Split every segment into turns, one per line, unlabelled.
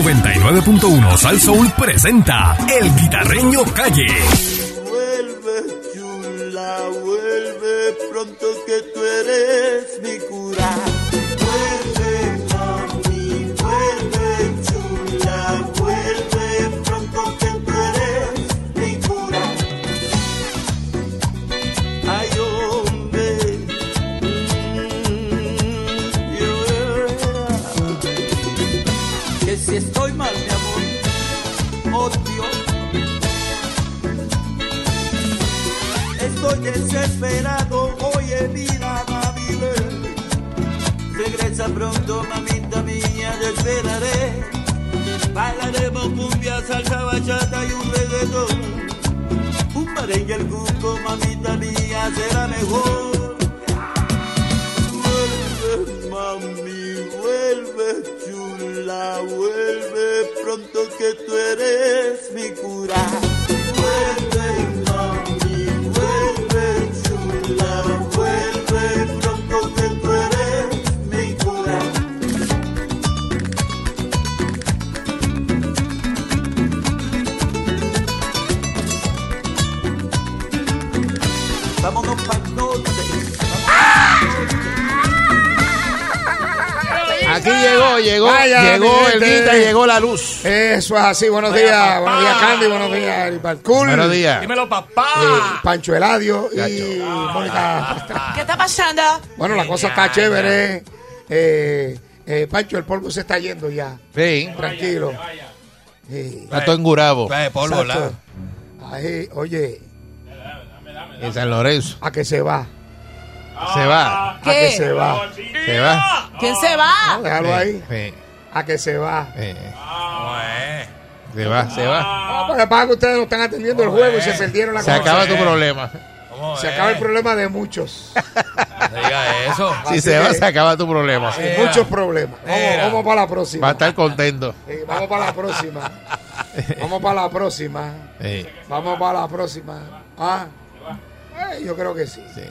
99.1 Sal Soul presenta El Guitarreño Calle.
Vuelve, chula, vuelve pronto que tú eres mi cura. Vuelve, mami, vuelve, chula, vuelve pronto que tú eres mi cura. Ay, hombre, mm, yeah. que si estoy mal, mi amor, odio. Estoy desesperado, oye vida, mami, ven. Regresa pronto, mamita mía, te esperaré. Bailaremos cumbia, salsa, bachata y un reggaetón. Un merengue el cuco, mamita mía, será mejor. Vuelve, mami, vuelve, chula, vuelve pronto que tú eres mi cura. Vuelve, mami, vuelve, chula, vuelve pronto que tú eres mi cura. Vámonos para norte.
Aquí llegó, llegó,
Vaya,
llegó
mi
el
gente.
guita y llegó la luz.
Eso es así. Buenos días. Buenos días, Candy. Buenos días, Ari Parkour.
Buenos días.
Dímelo, papá.
Eh, Pancho Eladio y Mónica Pastrana.
¿Qué está pasando?
Bueno, la cosa está chévere. Eh, eh, Pancho, el polvo se está yendo ya.
Sí,
Tranquilo. Sí,
está todo en Gurabo,
Trae polvo,
exacto.
la.
Ahí, oye,
en San Lorenzo.
a que se va.
Se va,
A que
¿Qué?
se va.
se va.
¿Quién se va?
No, déjalo ahí.
Sí, sí,
A que se va.
sí.
No, eh.
Se va, se va.
Ah.
No, porque pasa que ustedes no están atendiendo el juego y se perdieron la
Se
cosa.
acaba tu problema.
¿Cómo
Se
es?
acaba el problema de muchos.
No diga eso.
Si
Así
se va,
que-
se acaba tu problema.
Sí, muchos problemas. Vamos,
Era.
vamos para la
Va a
próxima.
estar contento.
Sí, vamos para la próxima. Vamos para la próxima.
Sí,
Vamos para la próxima. Ah, eh, yo creo que sí.
sí.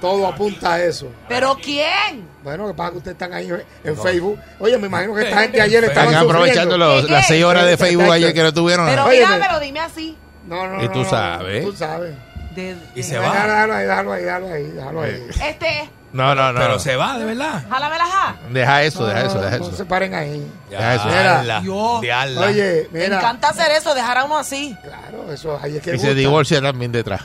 Todo apunta a eso.
¿Pero quién?
Bueno, que pasa que ustedes están ahí en Facebook. Oye, me imagino que esta gente ayer estaban
Están aprovechando
sufriendo.
los- las seis horas de
Exacto.
Facebook ayer que no tuvieron.
Pero
Oye,
dígamelo, dime así.
No, no,
Y
no,
tú
no, no,
sabes.
Tú sabes.
De-
Y
de-
se
Déjalo,
va.
déjalo ahí, déjalo ahí, déjalo ahí, déjalo
Eh,
ahí.
Este,
No, no, no.
Pero se va, de verdad.
jálame la ja.
Deja eso, deja eso,
No,
deja
No
eso.
se paren ahí.
Deja eso.
Diabla,
Yo.
diabla.
Oye,
Me
mira.
encanta hacer eso, dejar a uno así.
Claro, eso ahí es que
Y se
gusta.
divorcia también detrás.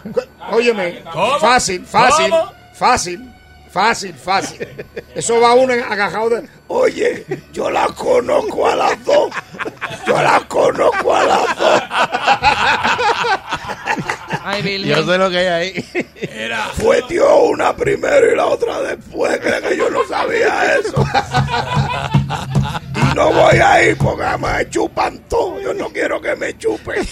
Óyeme,
¿Cómo?
fácil, fácil,
¿Cómo?
fácil, fácil, fácil. Eso va uno agajado de, oye, yo la conozco a las dos, yo la conozco a las dos.
Ay,
Yo sé lo que hay ahí.
Era.
Fue tío una primero y la otra después, creo Pues que yo no sabía eso. Y no voy a ir porque me chupan todo, yo no quiero que me chupen.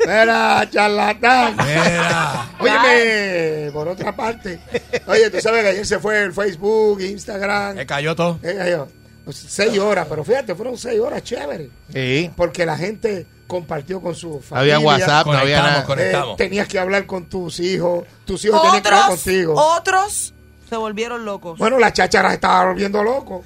Mira, charlatán.
Era.
Óyeme, por otra parte, oye, tú sabes que ayer se fue el Facebook, Instagram,
Se cayó todo.
eh, cayó. seis horas, pero fíjate, fueron seis horas chévere,
Sí.
porque la gente compartió con su familia.
Había WhatsApp, no había
Conectamos,
nada.
eh,
conectamos.
tenías que hablar con tus hijos, tus hijos tenían que hablar
Otros,
contigo.
otros se volvieron locos.
Bueno, la cháchara estaba volviendo loco.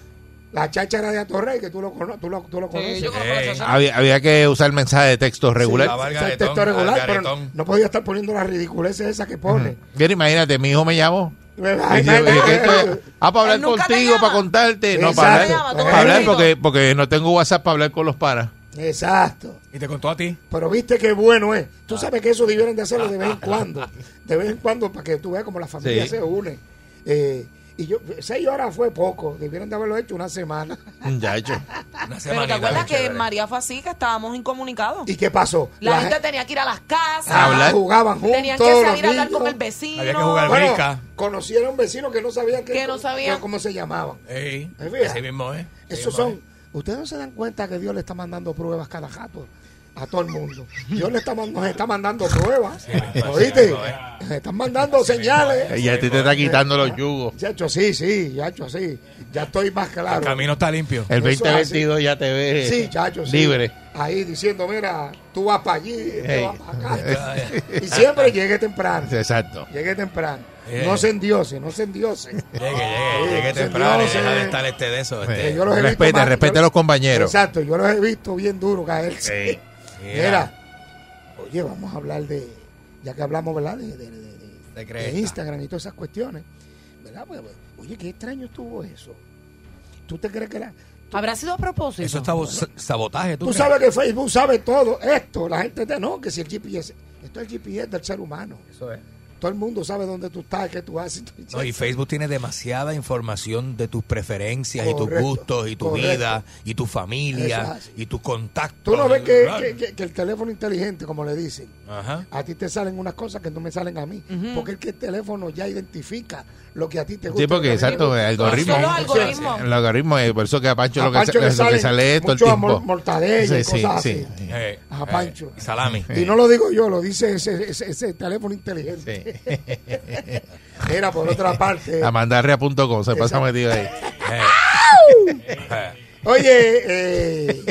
La cháchara de Atorrey, que tú lo, cono- tú lo, tú lo conoces.
Sí, yo conozco
Eh,
a esa-
Había, había que usar mensaje de texto regular.
Sí,
La valga
ese
de
texto
ton,
regular,
valga
pero
de ton.
no podía estar poniendo las ridiculeces esas que pone.
Bien, imagínate, mi hijo me llamó.
Ay,
Y yo,
man,
¿y qué esto? Ah, para hablar
Él nunca te
contigo,
llama.
para contarte. No,
Exacto.
para hablar,
Te llama,
tú
para
eres
hablar
amigo.
porque, porque no tengo WhatsApp para hablar con los panas.
Exacto.
Y te contó a ti.
Pero viste qué bueno es. Tú
Ah.
sabes que eso debieron de hacerlo de vez en cuando. De vez en cuando para que tú veas cómo la familia
Sí.
se une. Eh, y yo, seis horas fue poco. Debieron de haberlo hecho una semana.
Ya hecho.
Una
Pero te
semanita
acuerdas
bien
que
chévere.
María fue así, que estábamos incomunicados.
¿Y qué pasó?
La,
La
gente
gen-
tenía que ir a las casas,
ah,
hablar.
jugaban juntos.
tenían que salir a
los
hablar con
niños.
el vecino.
Había que jugar
Bueno,
Rica.
conocieron vecinos que no sabían que-
Que no sabían.
que- cómo se llamaban.
Ey,
Eh, fíjate.
así mismo, ¿eh? Así
Esos
mismo,
son. Ustedes no se dan cuenta que Dios le está mandando pruebas cada rato. a todo el mundo. Dios le está, man- nos está mandando pruebas. ¿Oíste? Nos están mandando señales.
Y a ti te está quitando los yugos.
Ya hecho sí, sí, ya hecho sí. Ya estoy más
El
claro.
camino está limpio.
El
Eso es así.
2022 ya te ves
Sí, chacho, sí.
libre.
Ahí diciendo, mira, tú vas para allí, tú
Ey.
vas para acá. Y siempre llegue temprano.
Exacto.
Llegue temprano.
Bien.
No se endiose, no se endiose.
Llegue, llegue,
Sí,
llegue
señor,
temprano y
sí.
deja de estar este de eso.
Que
Este.
yo los he visto
Respete,
más-
respete
yo-
a los compañeros.
Exacto, yo los he visto bien duro caerse.
Sí.
Mira, oye, vamos a hablar de, ya que hablamos, ¿verdad? De, de- de- de-
De
de
cresta.
Instagram y todas esas cuestiones, ¿verdad? Pues, pues, oye, qué extraño estuvo eso. ¿Tú te crees que la...
¿Habrá sido a propósito?
Eso está bo- sabotaje.
Pues. Tú,
¿tú, crees?
sabes que Facebook sabe todo esto, la gente te... No, que si el GPS, esto es el GPS del ser humano.
Eso es.
Todo el mundo sabe dónde tú estás, qué tú haces. tú-
No, y Facebook tiene demasiada información de tus preferencias y tus
Correcto,
gustos y tu
correcto.
vida y tu
Eso
familia
es así.
y tus contactos.
Tú no ves que, que- que- que el teléfono inteligente, como le dicen,
Ajá.
a ti te salen unas cosas que no me salen a mí, porque el que el teléfono ya identifica lo que a ti te gusta.
Sí, porque
lo que a mí me
exacto, el
gusta.
algoritmo.
Son los algoritmos.
El algoritmo es por eso que a Pancho,
A
lo, que
Pancho
sa-
le
lo que
salen
sale es todo el
mucho
tiempo.
mor- mortadela y cosas así.
sí.
Eh,
A
eh,
Ah, Pancho.
salami.
Y no lo digo yo, lo dice ese, ese- ese teléfono inteligente. Era por otra parte.
Amandarria.com se pasa
Exacto.
metido ahí.
Eh, eh.
Oye, eh,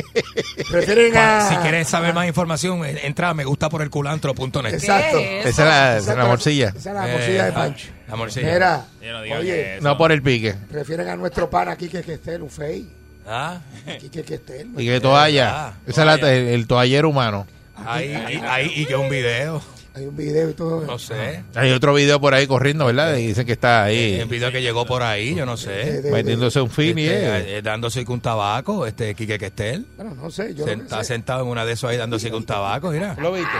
prefieren a.
Ah, Si quieres saber más información, eh, entra a me gusta por el culantro.net.
Exacto.
¿Qué
Esa es la, esa es
Esa
la morcilla. Eh, ah,
Esa es la morcilla
Eh,
de Pancho.
La morcilla.
Mira,
Yo no digo que
oye,
eso.
No por el pique.
prefieren a nuestro pana Quique Questel, un fey.
Ah,
Quique Questel.
Y que toalla.
Ah,
Esa es la- el, el toallero humano.
ahí, ahí, ahí, y que un video.
Hay un video y todo.
No sé.
Hay otro video por ahí corriendo, ¿verdad? Y dicen que está
El
ahí
video que llegó por ahí, yo no sé.
de-
metiéndose un fin y
Este, eh, dándose con un tabaco, este Quique Questel.
Bueno, no sé, yo no
Está
sé.
sentado en una de esos ahí dándose con un tabaco, mira.
¿Lo viste?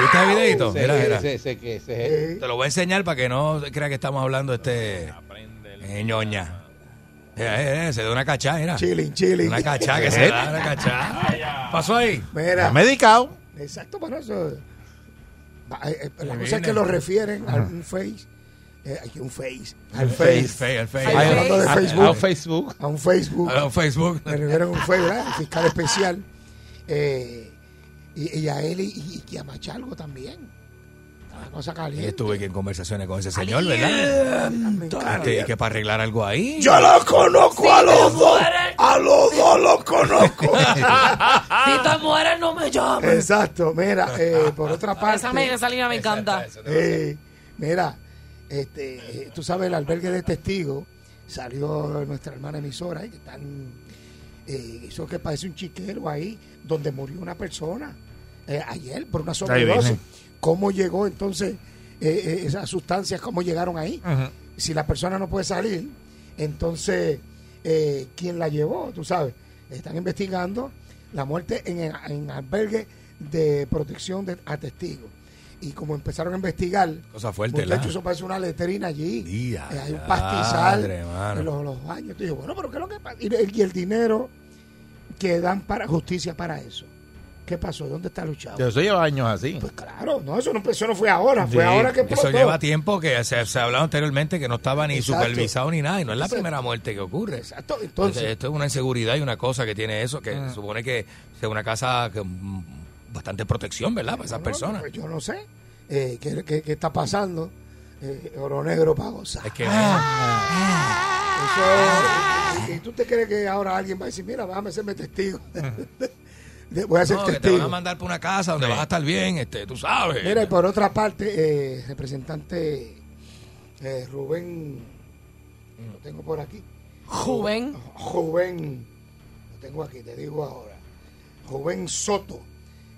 ¿Viste el videito? Mira, mira.
Eh,
Te lo voy a enseñar para que no crea que estamos hablando este eh, ñoña. Mira, eh, eh, se da una cachá, mira.
Chilling, chilling.
Una cachá
¿Eh?
que se da, una cachá. ¿Pasó ahí?
Mira,
medicado.
exacto, bueno, eso. Va, eh, eh, La
Adivina.
cosa es que lo refieren a un face. eh, hay un face. Al face.
El Face, el face.
Ay, hablando de
A-
Facebook.
a Facebook.
A un Facebook.
A Facebook.
Me refieren a un face, ¿verdad? El fiscal especial. eh, y, y a él y, y- y a Machalgo también. Una cosa
Yo
caliente.
Estuve aquí en conversaciones con ese señor, ¿verdad? Este, y que para arreglar algo ahí.
Yo los conozco a los dos. A los dos los conozco.
Si te mueres, no me llames.
exacto, mira, eh, por otra parte.
Esa, me, esa línea me encanta.
Eh, mira, este, eh, tú sabes, el albergue de testigos salió nuestra hermana emisora, eh, que están, eh, eso que parece un chiquero ahí, donde murió una persona eh, ayer por una sobredosis.
viene.
¿Cómo llegó entonces eh, eh, esas sustancias? ¿Cómo llegaron ahí? Si la persona no puede salir, entonces, eh, ¿quién la llevó? Tú sabes, están investigando la muerte en, en albergue de protección de, a testigos. Y como empezaron a investigar,
Cosa fuerte, ¿verdad?
muchachos, eso parece una letrina allí.
Día,
Eh, hay un
madre,
pastizal
mano.
en los, los baños. Tú dices, bueno, pero ¿qué es lo que pasa? Y el, y el dinero que dan para justicia para eso. ¿Qué pasó? ¿Dónde está luchado?
Yo eso lleva años así.
Pues claro, no, eso no, empezó, no fue ahora, fue
Sí,
ahora que
Eso
explotó.
lleva tiempo que se, se ha hablado anteriormente que no estaba ni
Exacto.
supervisado ni nada y no es la
Exacto.
primera muerte que ocurre.
Exacto, Ah.
Entonces,
entonces,
esto es una inseguridad y una cosa que tiene eso, que supone que es una casa que, mm, bastante protección, ¿verdad? Para esas
no,
personas.
pues yo no sé eh, ¿qué, qué, qué está pasando. Eh, oro negro para gozar.
Es que
Ah, Eso- ¿Y tú te crees que ahora alguien va a decir, mira, déjame serme testigo? De- Voy a ser
no, que te
testigo.
van a mandar para una casa donde vas a estar bien, este, tú sabes.
Mira, y por otra parte, eh, representante eh, Rubén, lo tengo por aquí,
Juven.
Rubén, lo tengo aquí, te digo ahora, Rubén Soto,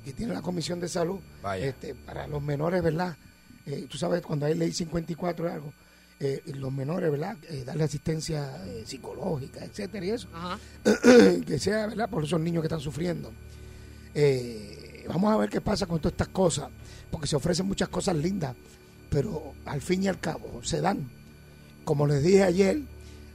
que tiene la Comisión de Salud
Vaya.
este, para los menores, ¿verdad? Eh, tú sabes, cuando hay ley 54 y algo, eh, los menores, ¿verdad? Eh, darle asistencia eh, psicológica, etcétera y eso
Ajá.
que sea verdad por esos niños que están sufriendo. Eh, vamos a ver qué pasa con todas estas cosas, porque se ofrecen muchas cosas lindas, pero al fin y al cabo se dan. Como les dije ayer,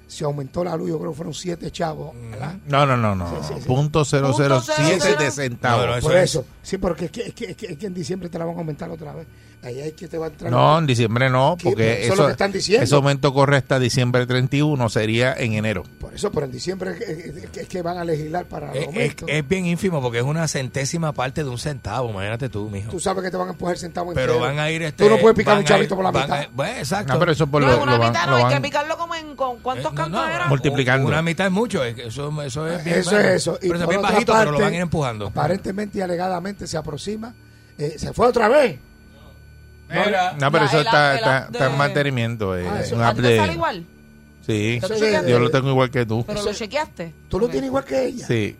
se aumentó la luz, yo creo que fueron siete chavos,
Mm,
¿verdad?
No, no, no, no.
Sí, sí, sí.
Punto cero cero siete
cero.
de
No, no,
centavos.
Eso
Por
es.
eso, sí, porque es que, es, que, es que- es que en diciembre te la van a aumentar otra vez. Ahí hay que te va a entrar.
No, en diciembre no,
Sí,
porque
pero eso es lo que están diciendo.
ese aumento corre hasta diciembre 31, sería en enero.
Por eso, pero en diciembre es que, es que- es que van a legislar para los
Es, es-
aumentos.
es bien ínfimo porque es una centésima parte de un centavo, imagínate tú, mijo.
Tú sabes que te van a empujar centavo
Pero
entero.
van a ir este.
Tú no puedes picar
van
un chavito
a ir-
por la
van
mitad.
a- bueno, exacto.
No, pero eso por
No,
lo,
en una
lo van,
mitad
lo
no, hay que
van-
picarlo como en con cuántos
Eh, no,
cantos
no,
eran.
multi- Multiplicando.
Una mitad es mucho, es que eso, eso es bien,
Eso es eso.
Pero eso es
por
bien
otra
bajito, pero lo
parte,
van a ir empujando.
Aparentemente y alegadamente se aproxima. eh, se fue otra vez.
Mira.
No, pero
La-
eso
el
está,
app- el
está,
app de-
está en mantenimiento. eh,
Ah, eso-
un
¿A
app
ti te
de-
sale igual?
Sí,
¿Tú
Eso
lo
es
chequeaste?
yo lo tengo igual que tú.
¿Pero lo chequeaste?
Tú lo
Ok.
tienes igual que ella.
Sí,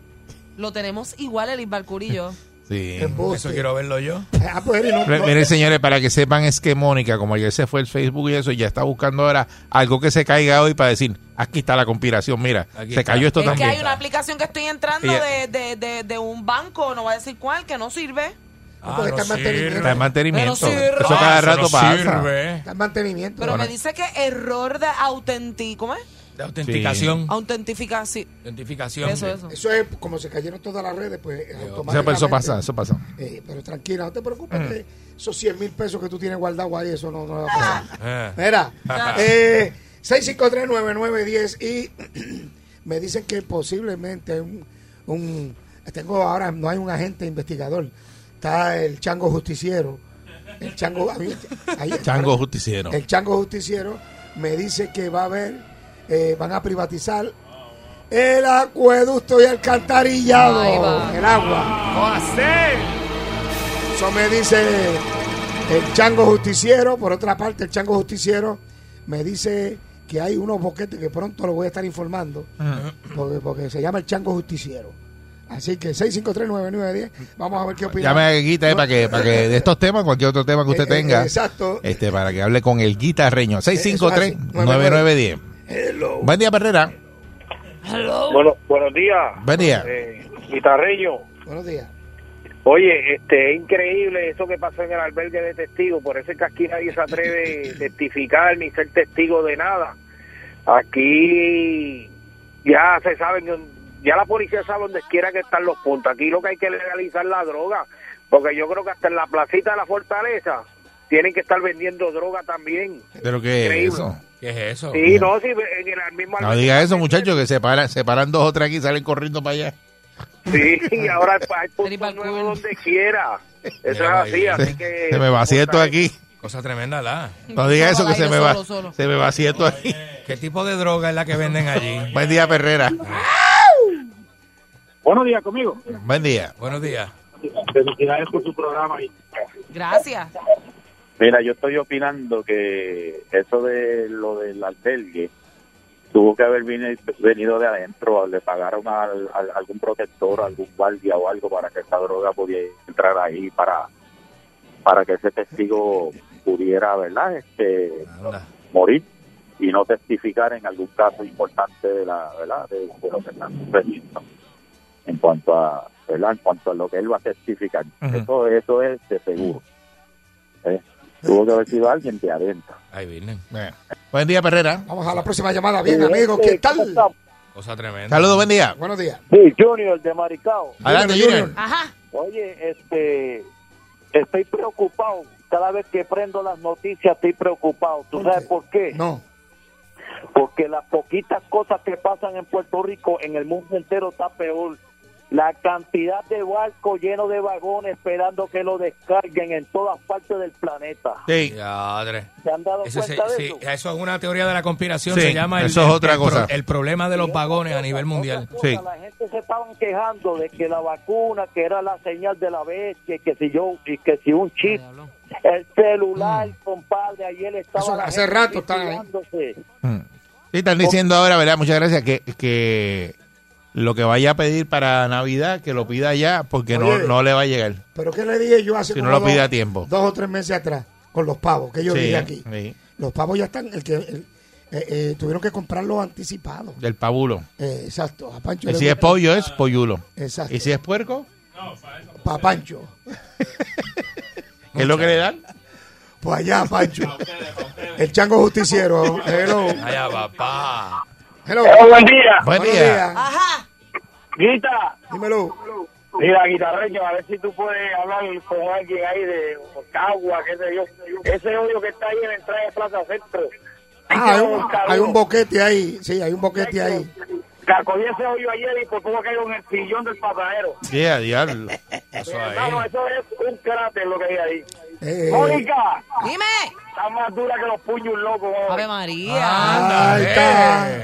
Lo tenemos igual, el Barcurillo.
sí.
Embuste.
Eso quiero verlo yo.
Ah, pues, Eri, no-
Pero,
no-
Miren, señores, para que sepan, es que Mónica, como ayer se fue el Facebook y eso, ya está buscando ahora algo que se caiga hoy para decir, aquí está la conspiración, mira,
Aquí
se
está.
cayó esto
es que
también.
hay una aplicación que estoy entrando
Ella-
de, de, de, de un banco, no voy a decir cuál, que no sirve.
porque está en mantenimiento.
Está en mantenimiento.
Pero sirve.
Eso cada
Ah, eso
rato
no
pasa.
sirve.
está en mantenimiento.
Pero
Bueno.
me dice que error de autentico, ¿cómo es?
De autenticación.
Autentificación.
Autentificación.
Eso, eso.
Eso es como se cayeron todas las redes, pues
O sea,
automáticamente.
pero eso pasa, eso pasa.
Eh, pero tranquila, no te preocupes,
Mm.
que esos 100 mil pesos que tú tienes guardado ahí, eso no, no va a pasar.
Eh.
Mira, eh, 6539910 y me dicen que posiblemente un, un- Tengo ahora, no hay un agente investigador, está el chango justiciero. El chango, ahí- ahí-
Chango justiciero.
el chango justiciero me dice que va a haber, eh, van a privatizar el acueducto y alcantarillado,
Ahí va.
el agua. Eso me dice el chango justiciero. Por otra parte, el chango justiciero me dice que hay unos boquetes que pronto lo voy a estar informando, porque, porque se llama el chango justiciero. Así que 6539910, vamos a ver qué opina.
Llame a Guita eh, para que, para que de estos temas, cualquier otro tema que usted
Eh, eh,
tenga,
exacto. Eh,
este, para que hable con el guitarreño.
Eso
653-9910.
Hello.
Buen día, Perrera.
Hello.
Bueno, buenos días.
Buen día.
Eh, guitarreño.
Buenos días.
Oye, este, es increíble eso que pasó en el albergue de testigos. Por eso es que aquí nadie se atreve a testificar ni ser testigo de nada. Aquí ya se saben, ya la policía sabe donde quiera que están los puntos. Aquí lo que hay que legalizar la droga. Porque yo creo que hasta en la placita de la fortaleza tienen que estar vendiendo droga también.
De lo que
Increíble.
eso.
¿Qué es eso?
Sí,
bien.
no, sí, en el mismo
No
albergue
diga eso, muchachos, que se paran, se paran dos o tres aquí y salen corriendo para allá.
Sí, y ahora hay
Tribal
puntos nuevos
cool.
donde quiera. Eso es
Mira,
así,
ahí.
así
Se,
que...
se me vacía esto aquí.
Cosa tremenda, la.
No diga eso,
Solo
que
al
se me,
aire,
va,
solo, solo.
se me vacía esto aquí.
¿Qué tipo de droga es la que venden allí?
Buen día, Perrera.
Buenos días, conmigo.
Buen día.
Buenos días.
Felicidades por su programa.
Gracias.
Mira, yo estoy opinando que eso de lo del albergue tuvo que haber vine- venido de adentro, le pagaron al- al- algún protector, algún guardia o algo para que esa droga pudiera entrar ahí para para que ese testigo pudiera, ¿verdad? Este
Anda.
morir y no testificar en algún caso importante de la, ¿verdad? De, de lo que está sucediendo. En cuanto a, ¿verdad? En cuanto a lo que él va a testificar,
Ujú.
eso eso es de seguro. ¿eh? Tuvo que haber sido alguien de adentro.
Ahí vienen.
Bueno. Buen día, Perrera.
Vamos a la próxima llamada. Bien, amigo,
este,
¿qué tal?
Cosa tremenda.
Saludos, buen día.
Ah, Buenos días.
Sí, Junior de Maricao.
Adelante, Junior.
Ajá.
Oye, este, estoy preocupado. Cada vez que prendo las noticias estoy preocupado. ¿Tú
¿Por
sabes
qué?
por qué?
No.
Porque las poquitas cosas que pasan en Puerto Rico, en el mundo entero está peor. La cantidad de barcos llenos de vagones esperando que lo descarguen en todas partes del planeta.
Sí.
Diadre.
¿Se han dado
Eso, se-
cuenta de
sí,
eso?
eso es una teoría de la conspiración.
Sí,
se llama el,
eso es
el-
otra
el pro-
cosa.
el problema de los vagones a nivel mundial.
Otra cosa,
Sí.
La gente se estaban quejando de que la vacuna, que era la señal de la bestia, y que si yo, y que si un chip, el
Mm.
celular, compadre, ayer estaba.
Eso
la
hace
gente
rato están ahí.
suicidándose.
Mm. Sí, están diciendo ahora, ¿verdad? Muchas gracias, que, que lo que vaya a pedir para Navidad, que lo pida ya, porque no,
Oye.
no le va a llegar.
Pero ¿qué le dije yo hace
Si
como
no lo
dos-
pide a tiempo.
dos o tres meses atrás con los pavos que yo
Sí,
dije aquí?
sí.
Los pavos ya están, el que el- eh, eh, tuvieron que comprarlos anticipados.
Del pabulo.
Eh, exacto, a Pancho.
Y
le
si es
gusta-
pollo, es pollulo.
Exacto.
Y si es puerco,
Pa' Pancho.
¿qué es lo que le dan?
Pues allá, Pancho. El chango justiciero. Hello.
Allá, papá.
Hello.
Oh, buen día.
Buen
Buenos
día.
días.
Ajá.
Guita,
Dímelo.
mira, guitarreño, a ver si tú puedes hablar con alguien ahí de Cagua, qué sé yo. Ese hoyo que está ahí en la entrada de Plaza Centro.
Ah, hay un, hay un boquete ahí. Sí, hay un boquete ahí.
La cogí ese hoyo ayer y pues por poco caigo en el sillón del pasadero.
Yeah, diablo.
Eso
Hermano,
ahí.
eso es un cráter lo que hay ahí.
Eh,
Mónica,
Dime.
está más dura que los puños locos.
Ave María.
Ah.
Anda,
Ahí
eh.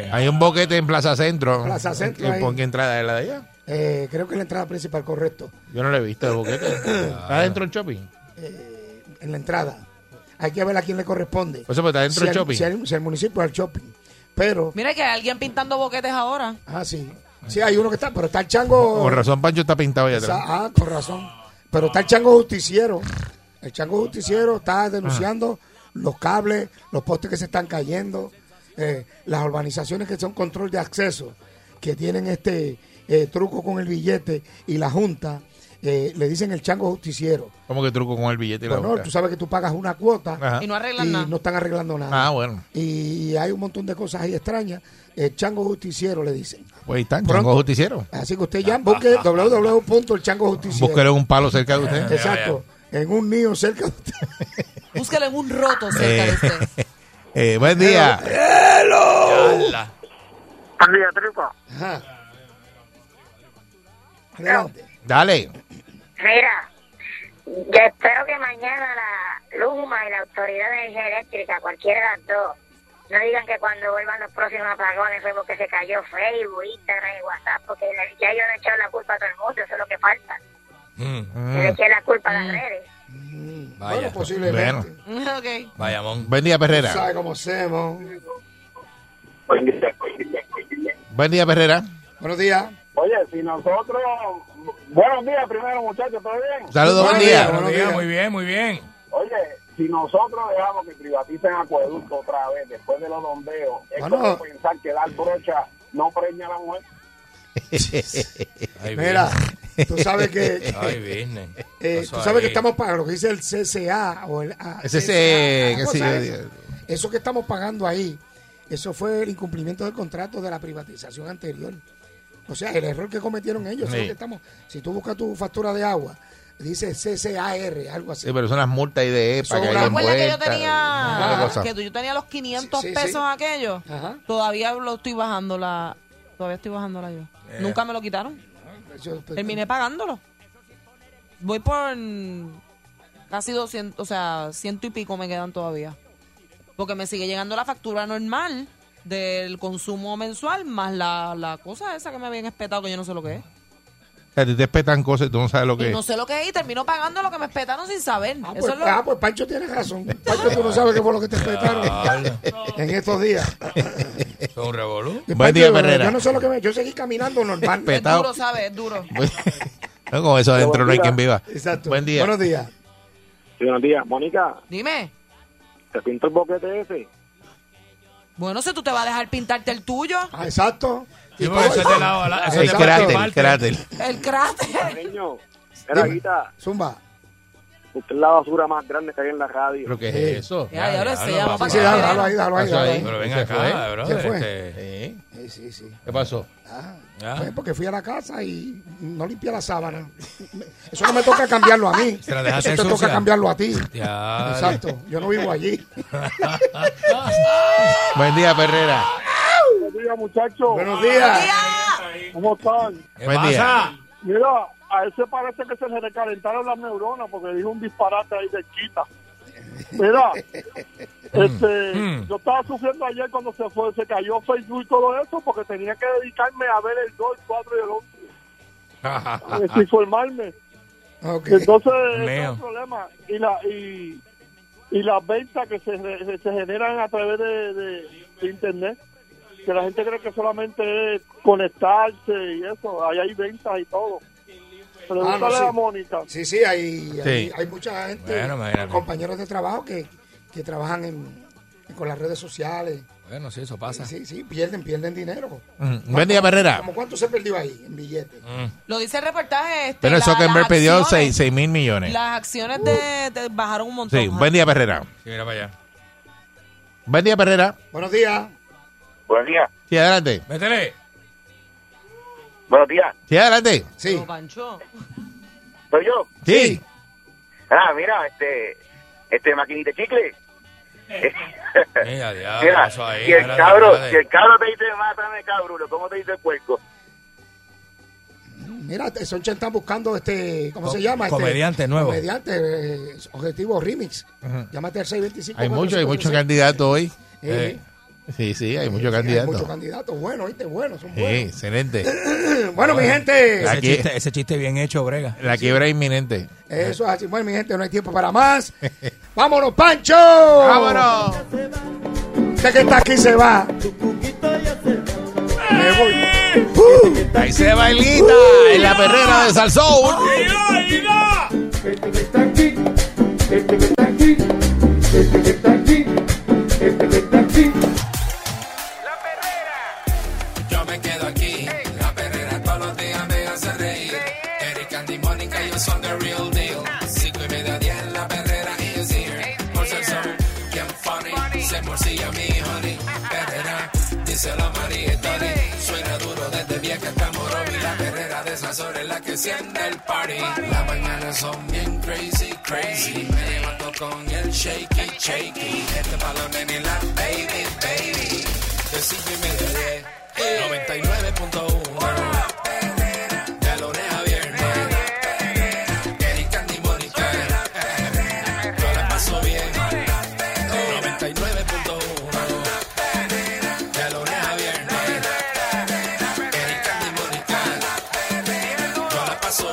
está.
Hay un boquete en Plaza Centro.
Plaza Centro,
¿En-
ahí.
¿Por qué entrada es la de allá?
eh, creo que es la entrada principal, correcto.
Yo no le he visto el boquete. ¿Está dentro del shopping?
En la entrada. Hay que ver a quién le corresponde.
Por eso, pues, está dentro
si
del
al-
shopping.
Si al, si al municipio, al shopping. Pero,
Mira que hay alguien pintando boquetes ahora.
ah, sí. Sí, hay uno que está, pero está el chango.
Con razón, Pancho está pintado allá
Sa-
atrás.
Ah, con razón. Pero está el chango justiciero. El chango justiciero está denunciando los cables, los postes que se están cayendo, eh, las urbanizaciones que son control de acceso, que tienen este eh, truco con el billete y la junta, eh, le dicen el chango justiciero.
Como que truco con el billete y la
Bueno,
boca.
Pues tú sabes que tú pagas una cuota
Ajá.
Y no arreglan
y
nada.
no están arreglando nada.
Ah, bueno.
Y hay un montón de cosas ahí extrañas. El chango justiciero le dicen.
Pues ahí están,
Pronto.
chango justiciero.
Así que usted ya busque www.elchangojusticiero.
Búsquelo en un palo cerca de
Eh,
usted.
Exacto. En un nido cerca de usted.
Búscalo en un roto cerca de usted.
Eh, buen día.
Ala.
Ajá. Adelante.
Dale.
Mira, yo espero que mañana la Luma y la Autoridad de Energía Eléctrica, cualquiera de las dos, no digan que cuando vuelvan los próximos apagones fue porque se cayó Facebook, Instagram y WhatsApp, porque la- ya yo le he echado la culpa a todo el mundo, eso es lo que falta.
Mm,
Yo Le eché la culpa a las redes.
Vaya.
Bueno, posiblemente.
Bueno.
ok.
Vayamón.
Buen día,
Tú
Perrera.
¿Sabe cómo hacemos?
Buen día, Perrera.
Buenos días.
Oye, si nosotros... Buenos días primero, muchachos, ¿todo bien?
Saludos, buen
Buenos
día.
días.
Buenos
días.
días, muy bien, muy bien.
Oye, si nosotros dejamos que privaticen acueducto otra vez después de los dondeos, es
Bueno.
como pensar que dar brocha no preña a la mujer.
Ay,
Mira,
business.
tú sabes que
Ay, business.
eh,
Eso
tú sabes que
ahí.
estamos pagando lo que dice el CCA o el ah,
Ese es,
CCA,
eh, qué
cosa
sé yo,
esa.
digo.
Eso que estamos pagando ahí, eso fue el incumplimiento del contrato de la privatización anterior. O sea, el error que cometieron ellos. eso es lo
Sí.
que estamos, si tú buscas tu factura de agua, dice CCAR, algo así.
Sí, pero son las multas y de EPA
Son
que hay
una-
¿Te acuerdas que yo
envueltas,
tenía
otra cosa.
que tú- yo tenía los 500
Sí, sí,
pesos
sí.
aquellos?
Ajá.
Todavía lo estoy bajando la todavía estoy bajando la yo. Nunca me lo quitaron.
Yo, pues,
Terminé pagándolo. Voy por casi 200, o sea, ciento y pico me quedan todavía. Porque me sigue llegando la factura normal del consumo mensual más la, la cosa esa que me habían espetado que yo no sé lo que es.
O sea, a ti te petan cosas y tú no sabes lo
Y
que
no
es.
sé lo que es y termino pagando lo que me espetaron sin saber.
Ah, pues,
Eso es lo-
ah, pues Pancho tiene razón. Pancho, tú no sabes qué fue lo que te
Ala.
espetaron en estos días.
Es un revolú.
Y
Buen
Pancho,
día, Herrera.
Yo no sé lo que me... Yo seguí caminando normal.
es
petado.
duro, ¿sabes? Es duro.
No, con eso adentro no hay quien viva.
Exacto.
Buen día.
Buenos días.
Buenos días, Mónica,
Dime.
¿te pinto el boquete ese?
Bueno, si tú te vas a dejar pintarte el tuyo,
Ah, exacto.
Sí, porque eso es de la ola, eso es
El
de
Exacto.
parte
Eh, cráter,
a
el
parte.
cráter.
el cráter.
Cariño,
Dime.
Guita,
Zumba.
usted es la basura más grande que hay en la radio.
¿Pero qué es eso?
Ya, ya lo
Ya,
sé,
ya,
ya,
lo
papá,
vamos.
Sí,
que
dale,
te
dalo
vean.
ahí, dalo ahí,
Pasó
dalo
ahí.
ahí.
Pero ven
Se
acá,
fue.
bro.
Se fue.
este,
¿Eh?
Sí, sí, sí.
¿Qué pasó?
Ah,
Ya.
pues porque fui a la casa y no limpié la sábana. Eso no me toca cambiarlo a mí.
Se la
Eso
dejaste
te toca
sucia.
cambiarlo a ti.
Ya.
Exacto. Yo no vivo allí.
Buen día, Perrera.
Buenos días, muchachos.
Buenos días.
¿Cómo están?
¿Qué
Buen
pasa?
día.
Mira, a ese parece que se le recalentaron las neuronas porque dijo un disparate ahí de quita. Mira, este,
Mm.
yo estaba sufriendo ayer cuando se fue, se cayó Facebook y todo eso porque tenía que dedicarme a ver el 2, el 4 y el 11, desinformarme.
Ok.
eh, Entonces, ese es
Ah, Leo.
el problema. Y, la, y, y las ventas que se, re- se generan a través de, de- de Internet, que la gente cree que solamente es conectarse y eso, ahí hay ventas y todo. Pregúntale
sí.
a Mónica.
Sí, sí, hay, hay,
Sí.
hay mucha gente,
Bueno, imagínate.
compañeros de trabajo que, que trabajan en, con las redes sociales.
Bueno, sí, eso pasa.
Sí, sí, pierden, pierden dinero.
Mm, Buen día, Perrera.
¿Cómo cuánto se perdió ahí en billetes?
Mm.
Lo dice el reportaje. Este,
Pero
la-
Zuckerberg
las
pidió
acciones-
6 mil millones.
Las acciones de, de- bajaron un montón.
Sí, buen día, Perrera.
Sí, mira para allá.
Buen día, Perrera.
Buenos días.
Buenos días.
Sí, adelante.
Métele.
Buenos días.
Sí, adelante.
Sí.
Lo panchó.
¿Soy yo?
Sí.
Ah, mira, este, este maquinita de chicle.
Mira, diablo,
Mira,
Ah, eso ahí,
si el
espérate,
cabro,
espérate.
si el cabro te dice mátame cabrulo, ¿cómo te dice el puerco?
Mira, son chan están buscando este, ¿cómo
Co-
se llama? Este,
comediante nuevo.
Comediante, eh, objetivo remix. Llámate al 625.
Hay mucho, hay muchos
456.
candidatos hoy.
Eh,
Sí, sí, hay muchos
sí, Hay
candidatos.
muchos candidatos, bueno, ¿viste? Buenos, son
Sí,
buenos.
excelente.
Bueno, mi gente,
Ese
Aquí-
chiste, ese chiste bien hecho, Brega.
La quiebra inminente.
eso es así. Bueno, mi gente, no hay tiempo para más. ¡Vámonos, Pancho!
¡Vámonos!
Usted que está aquí se va. Me voy. Uh,
Ahí se bailita en la perrera de Salsoul.
Este que está aquí, este que está aquí, este que está aquí, este que está aquí.
Yo me quedo aquí, la perrera todos los días me hace reír. Eric, Andy, Mónica, ellos son the real deal. Cinco y media, diez, la perrera is here. Por ser son, bien funny, se morcilla mi honey. Perrera, díselo a María y Tony. Suena duro desde vieja hasta Morovi. La perrera de esas horas es la que enciende el party. Las mañanas son bien crazy, crazy. Me levanto con el shaky, shaky. Este palo nene y la baby, baby. De cinco y media a diez. 99.1 De lunes a viernes Eric, Candy, Mónica Yo la paso bien 99.1 De lunes a viernes Eric, Candy, Mónica Yo la paso